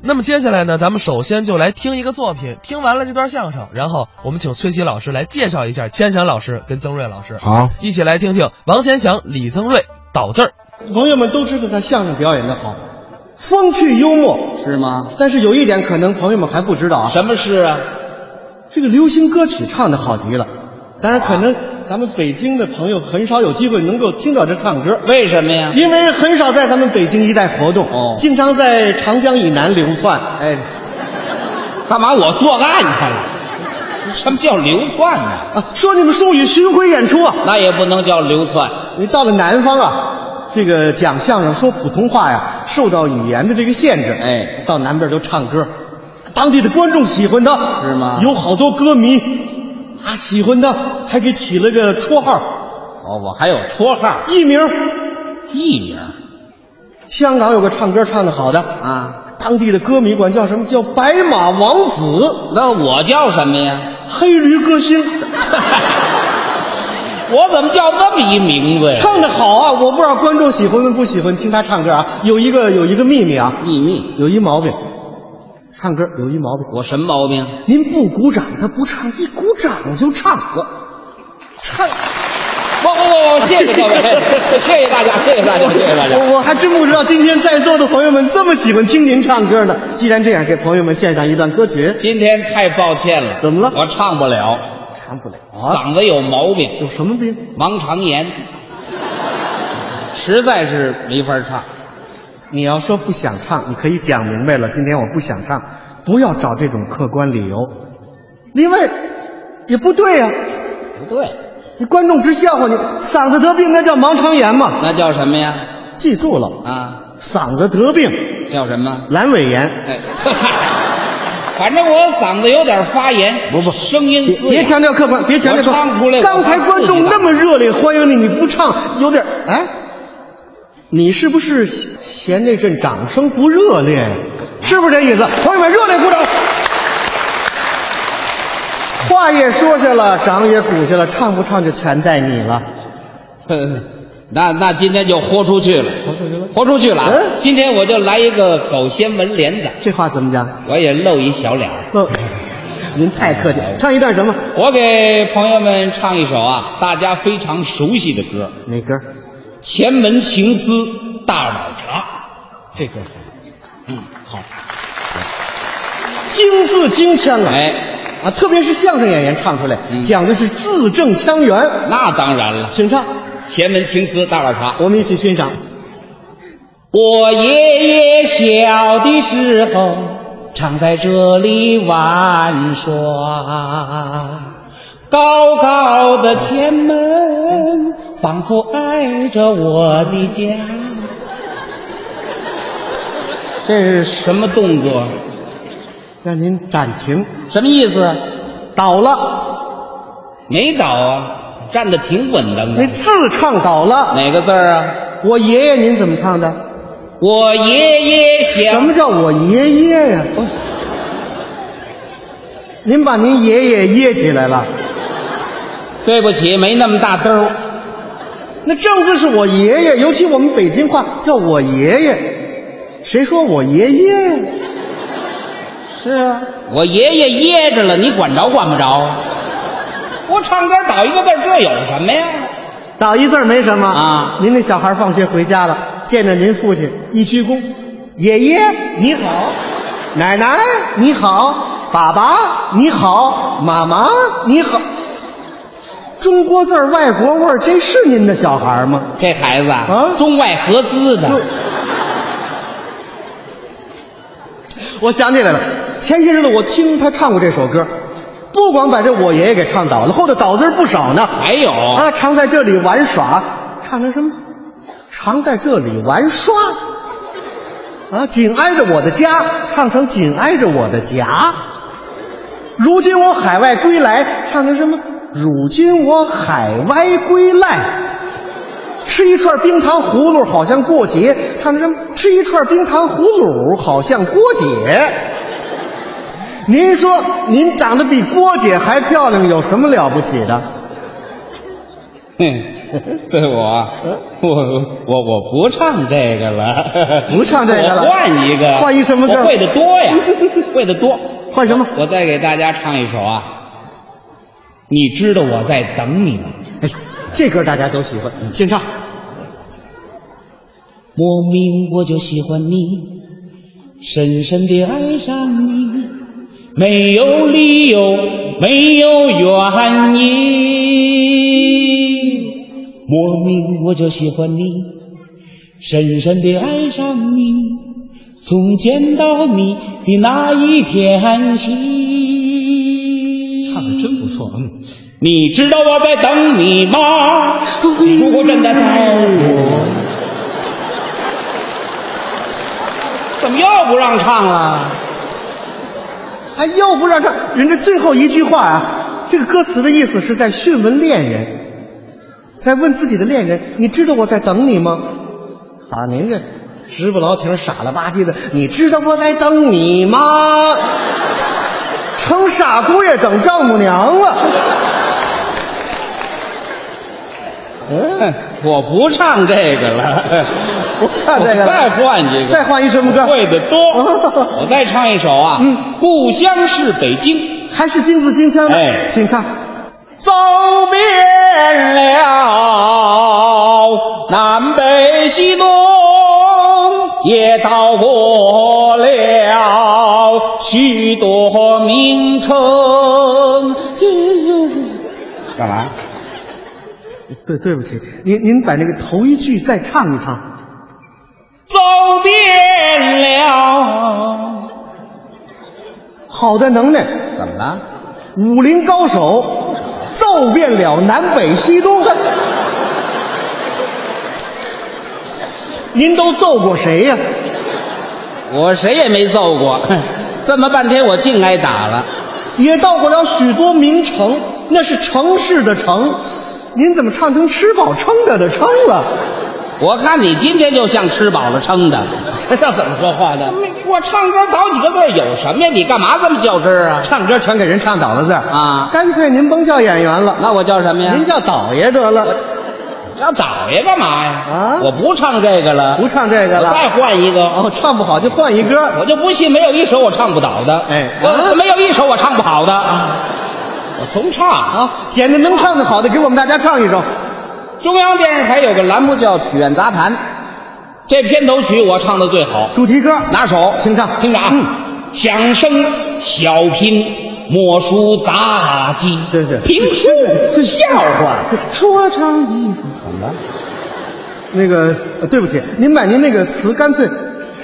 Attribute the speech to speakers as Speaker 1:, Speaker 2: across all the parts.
Speaker 1: 那么接下来呢，咱们首先就来听一个作品，听完了这段相声，然后我们请崔琦老师来介绍一下千祥老师跟曾瑞老师，
Speaker 2: 好，
Speaker 1: 一起来听听王千祥、李曾瑞倒字儿。
Speaker 3: 朋友们都知道他相声表演的好，风趣幽默。
Speaker 4: 是吗？
Speaker 3: 但是有一点可能朋友们还不知道啊，
Speaker 4: 什么事啊？
Speaker 3: 这个流行歌曲唱的好极了。当然，可
Speaker 4: 啊
Speaker 3: 能咱们北京的朋友很少有机会能够听到他唱歌，
Speaker 4: 为什么呀？
Speaker 3: 因为很少在咱们北京一带活动，
Speaker 4: 哦
Speaker 3: 经常在长江以南流窜。
Speaker 4: 哎，干嘛我作案去了？什么叫流窜呢？
Speaker 3: 啊，说你们术语巡回演出啊，
Speaker 4: 那也不能叫流窜，
Speaker 3: 你到了南方啊，这个讲相声说普通话呀，受到语言的这个限制。
Speaker 4: 哎，
Speaker 3: 到南边就唱歌，当地的观众喜欢他，
Speaker 4: 是吗
Speaker 3: 有好多歌迷啊喜欢他，还给起了个绰号、
Speaker 4: 哦，我还有绰号、
Speaker 3: 艺名。
Speaker 4: 艺名
Speaker 3: 香港有个唱歌唱得好的，
Speaker 4: 啊。
Speaker 3: 当地的歌迷管叫什么叫白马王子、
Speaker 4: 那我叫什么呀？
Speaker 3: 黑驴歌星，
Speaker 4: 我怎么叫这么一名字呀？
Speaker 3: 唱得好啊！我不知道观众喜欢不喜欢听他唱歌啊。有一个有一个秘密啊，
Speaker 4: 秘密，
Speaker 3: 有一毛病，唱歌有一毛病。
Speaker 4: 我什么毛病？
Speaker 3: 您不鼓掌，他不唱；一鼓掌就唱。我唱，
Speaker 4: 不不不，不哦谢谢各位，谢谢大家，谢谢大家，谢谢大家。
Speaker 3: 我我还真不知道今天在座的朋友们这么喜欢听您唱歌呢。既然这样，给朋友们献上一段歌曲。
Speaker 4: 今天太抱歉了，
Speaker 3: 怎么了
Speaker 4: 我唱不了，
Speaker 3: 唱不了啊，
Speaker 4: 嗓子有毛病。
Speaker 3: 有什么病？
Speaker 4: 盲肠炎，实在是没法唱。
Speaker 3: 你要说不想唱，你可以讲明白了。今天我不想唱，不要找这种客观理由。另外，也不对呀、
Speaker 4: 不对，
Speaker 3: 你观众直笑话你，嗓子得病那叫盲肠炎嘛。
Speaker 4: 那叫什么呀？
Speaker 3: 记住了，
Speaker 4: 啊，
Speaker 3: 嗓子得病，
Speaker 4: 叫什么？
Speaker 3: 阑尾炎。
Speaker 4: 哎， 反正我嗓子有点发炎，
Speaker 3: 不不
Speaker 4: 声 音
Speaker 3: 别
Speaker 4: 嘶
Speaker 3: 别
Speaker 4: 哑。
Speaker 3: 强调客观，别强调客观。
Speaker 4: 我唱出来我
Speaker 3: 刚才观众
Speaker 4: 我
Speaker 3: 那么热烈欢迎你，你不唱有点哎，你是不是嫌嫌那阵掌声不热烈呀？是不是这意思？朋友们，热烈鼓掌！话也说下了，掌也鼓下了，唱不唱就全在你了。
Speaker 4: 那那今天就豁出去了，
Speaker 3: 豁出去了
Speaker 4: 豁出去了啊。
Speaker 3: 嗯
Speaker 4: 今天我就来一个狗掀门帘子，
Speaker 3: 这话怎么讲？
Speaker 4: 我也露一小脸儿。
Speaker 3: 呃，您太客气了。唱一段什么？
Speaker 4: 我给朋友们唱一首啊，大家非常熟悉的歌
Speaker 3: 哪歌？
Speaker 4: 《前门情思大碗茶
Speaker 3: 这歌好。嗯，好。京字京腔啊。》。
Speaker 4: 哎。
Speaker 3: 啊，特别是相声演员唱出来，
Speaker 4: 嗯
Speaker 3: 讲的是字正腔圆，
Speaker 4: 那当然了，
Speaker 3: 请唱，
Speaker 4: 前门情思大碗茶。
Speaker 3: 我们一起欣赏。
Speaker 4: 我爷爷小的时候常在这里玩耍，高高的前门仿佛挨着我的家。这是什么动作？
Speaker 3: 让您暂停，
Speaker 4: 什么意思？
Speaker 3: 倒了，
Speaker 4: 没倒啊，站得挺稳当
Speaker 3: 那
Speaker 4: 的。
Speaker 3: 字唱倒了。
Speaker 4: 哪个字儿啊？
Speaker 3: 我爷爷您怎么唱的？
Speaker 4: 我爷爷小
Speaker 3: 什么叫我爷爷呀、
Speaker 4: 哦
Speaker 3: 您把您爷爷噎起来了，
Speaker 4: 对不起，没那么大兜儿。
Speaker 3: 那正字是我爷爷，尤其我们北京话叫我爷爷，谁说我爷爷呀？
Speaker 4: 是啊，我爷爷噎着了，你管着管不着啊？我唱歌倒一个字儿，这有什么呀？
Speaker 3: 倒一字儿没什么
Speaker 4: 啊
Speaker 3: 您那小孩放学回家了，见着您父亲一鞠躬，爷爷你好，奶奶你好，爸爸你好，妈妈你好。中国字儿外国味儿，这是您的小孩吗？
Speaker 4: 这孩子
Speaker 3: 啊
Speaker 4: 中外合资的，
Speaker 3: 我想起来了，前些日子我听他唱过这首歌，不光把这我爷爷给唱倒了，后头倒字儿不少呢。
Speaker 4: 还有
Speaker 3: 啊，常在这里玩耍，唱成什么？常在这里玩耍，啊，紧挨着我的家，唱成紧挨着我的家。如今我海外归来，唱成什么？如今我海外归来，吃一串冰糖葫芦好像过节，唱成什么？吃一串冰糖葫芦好像郭姐。您说您长得比郭姐还漂亮，有什么了不起的？
Speaker 4: 哼， 对我啊，我我我不唱这个 了，
Speaker 3: 不唱这个了
Speaker 4: 我换一个，
Speaker 3: 换一什么歌
Speaker 4: 我会的多哎呀，会的多。
Speaker 3: 换什么？
Speaker 4: 我再给大家唱一首啊，你知道我在等你吗？
Speaker 3: 哎，这歌大家都喜欢，先唱。
Speaker 4: 莫名我就喜欢你，深深的爱上你，没有理由，没有原因。莫名我就喜欢你，深深的爱上你，从见到你的那一天起。
Speaker 3: 唱的啊真不错，嗯，
Speaker 4: 你知道我在等你吗？如果真的在我，怎么又不让唱
Speaker 3: 啊
Speaker 4: 了？
Speaker 3: 哎，又不让唱，人家最后一句话啊，这个歌词的意思是在询问恋人，在问自己的恋人，你知道我在等你吗？啊，您这直不老挺傻了吧唧的，你知道我在等你吗？成傻姑爷等丈母娘了。嗯，
Speaker 4: 哼哎我不唱这个了，
Speaker 3: 不唱这个了
Speaker 4: 我再换一个，
Speaker 3: 再换一什么歌
Speaker 4: 会的多。
Speaker 3: 哦
Speaker 4: 我再唱一首啊，
Speaker 3: 嗯
Speaker 4: 故乡是北京，
Speaker 3: 还是金字金枪的，
Speaker 4: 哎
Speaker 3: 请看。
Speaker 4: 走遍了南北西东，也到过了许多名城。干嘛？
Speaker 3: 对，对不起，您您把那个头一句再唱一唱。
Speaker 4: 走遍了，
Speaker 3: 好的能耐，
Speaker 4: 怎么了？
Speaker 3: 武林高手，揍遍了南北西东。 您都揍过谁呀、
Speaker 4: 我谁也没揍过， 这么半天我净挨打了。
Speaker 3: 也到不了许多名城，那是城市的城。您怎么唱成吃饱撑着的撑了？
Speaker 4: 我看你今天就像吃饱了撑的。
Speaker 3: 这叫怎么说话呢？
Speaker 4: 我唱歌倒几个字儿有什么呀？你干嘛这么较真儿啊？
Speaker 3: 唱歌全给人唱倒了字儿
Speaker 4: 啊
Speaker 3: 干脆您甭叫演员了，
Speaker 4: 那我叫什么呀？
Speaker 3: 啊您叫倒爷得了。
Speaker 4: 叫倒爷干嘛呀？
Speaker 3: 啊
Speaker 4: 我不唱这个了，
Speaker 3: 不唱这个
Speaker 4: 我
Speaker 3: 了
Speaker 4: 再换一个。
Speaker 3: 哦，唱不好就换一歌。
Speaker 4: 我就不信没有一首我唱不倒的。
Speaker 3: 哎
Speaker 4: 我、
Speaker 3: 啊
Speaker 4: 没有一首我唱不好的。我重唱啊！
Speaker 3: 好，捡着能唱的好的，给我们大家唱一首。
Speaker 4: 中央电视台有个栏目叫《曲苑杂谈》，这片头曲我唱的最好。
Speaker 3: 主题歌，
Speaker 4: 拿手，
Speaker 3: 请唱
Speaker 4: 听着啊！
Speaker 3: 嗯
Speaker 4: 响声小品，墨书杂技，
Speaker 3: 是是
Speaker 4: 评书笑话，说唱艺术。怎么了？
Speaker 3: 那个，呃对不起，您把您那个词干脆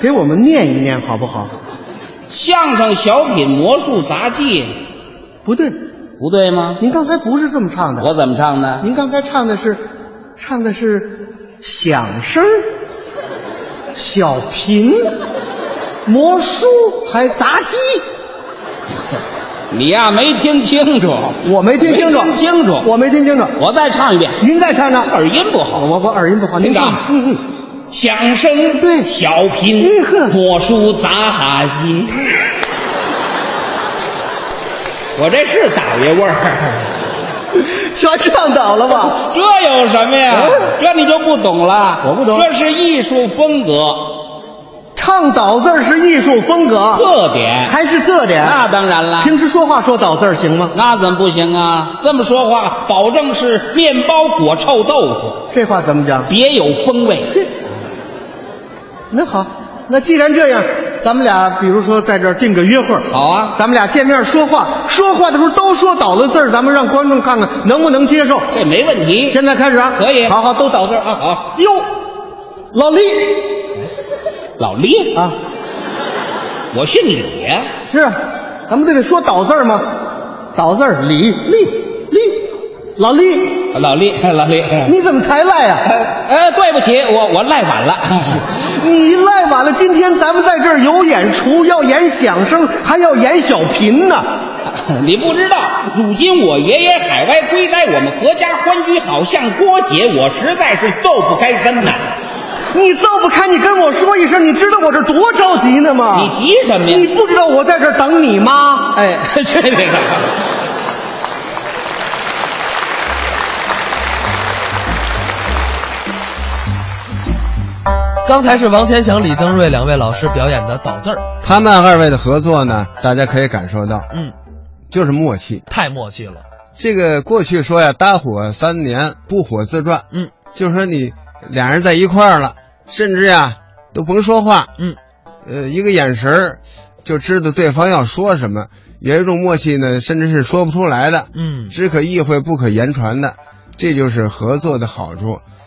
Speaker 3: 给我们念一念好不好？
Speaker 4: 相声、小品、魔术、杂技，
Speaker 3: 不对，
Speaker 4: 不对吗？
Speaker 3: 您刚才不是这么唱的，
Speaker 4: 我怎么唱的？
Speaker 3: 您刚才唱的是，唱的是响声儿、小品、魔术，还杂技，
Speaker 4: 你呀，没听清楚。
Speaker 3: 我没听清楚，
Speaker 4: 没听清楚
Speaker 3: 我没听清楚。
Speaker 4: 我再唱一遍，
Speaker 3: 您再唱唱，
Speaker 4: 耳音不好。
Speaker 3: 我我耳音不好，您
Speaker 4: 您
Speaker 3: 唱
Speaker 4: 唱，
Speaker 3: 嗯嗯，
Speaker 4: 相声
Speaker 3: 对
Speaker 4: 小品
Speaker 3: 嗯呵
Speaker 4: 魔术杂技，我这是倒爷味儿，
Speaker 3: 全唱倒了吧？
Speaker 4: 这有什么呀？这你就不懂了，
Speaker 3: 嗯我不懂
Speaker 4: 这是艺术风格
Speaker 3: 唱倒字儿是艺术风格，
Speaker 4: 特点，
Speaker 3: 还是特点？
Speaker 4: 那当然了。
Speaker 3: 平时说话说倒字儿行吗？
Speaker 4: 那怎么不行啊？这么说话，保证是面包裹臭豆腐，
Speaker 3: 这话怎么讲？
Speaker 4: 别有 风味。
Speaker 3: 那好，那既然这样，咱们俩比如说在这儿定个约会，
Speaker 4: 好啊，
Speaker 3: 咱们俩见面说话，说话的时候都说倒了字儿，咱们让观众看看能不能接受。
Speaker 4: 这没问题。
Speaker 3: 现在开始啊，
Speaker 4: 可以
Speaker 3: 好好都倒字儿啊。
Speaker 4: 好，
Speaker 3: 哟，老李
Speaker 4: 老李，
Speaker 3: 啊，
Speaker 4: 我姓李，
Speaker 3: 是啊，咱们这得说倒字儿吗？倒字儿，李李李，老李，
Speaker 4: 老李，老 李。
Speaker 3: 你怎么才啊来呀、
Speaker 4: 呃呃，对不起，我我赖晚 了。
Speaker 3: 你赖晚了，今天咱们在这儿有演出，要演响声，还要演小品呢。
Speaker 4: 你不知道，如今我爷爷海外归来，我们阖家欢聚，好像过节，我实在是揍不开身呐。
Speaker 3: 你揍不开，你跟我说一声，你知道我这多着急呢吗？
Speaker 4: 你急什么
Speaker 3: 啊你
Speaker 4: 呀？
Speaker 3: 不知道我在这儿等你吗？
Speaker 4: 哎， 这这个。
Speaker 1: 刚才是王千祥、李增瑞两位老师表演的倒字儿，
Speaker 2: 他们二位的合作呢，大家可以感受到，
Speaker 1: 嗯，
Speaker 2: 就是默契。
Speaker 1: 太默契了，
Speaker 2: 这个过去说呀，搭伙三年不火自转，
Speaker 1: 嗯
Speaker 2: 就是说你俩人在一块儿了，甚至呀都甭说话，
Speaker 1: 嗯，
Speaker 2: 呃，一个眼神儿就知道对方要说什么，有一种默契呢，甚至是说不出来的，
Speaker 1: 嗯，
Speaker 2: 只可意会不可言传的，这就是合作的好处。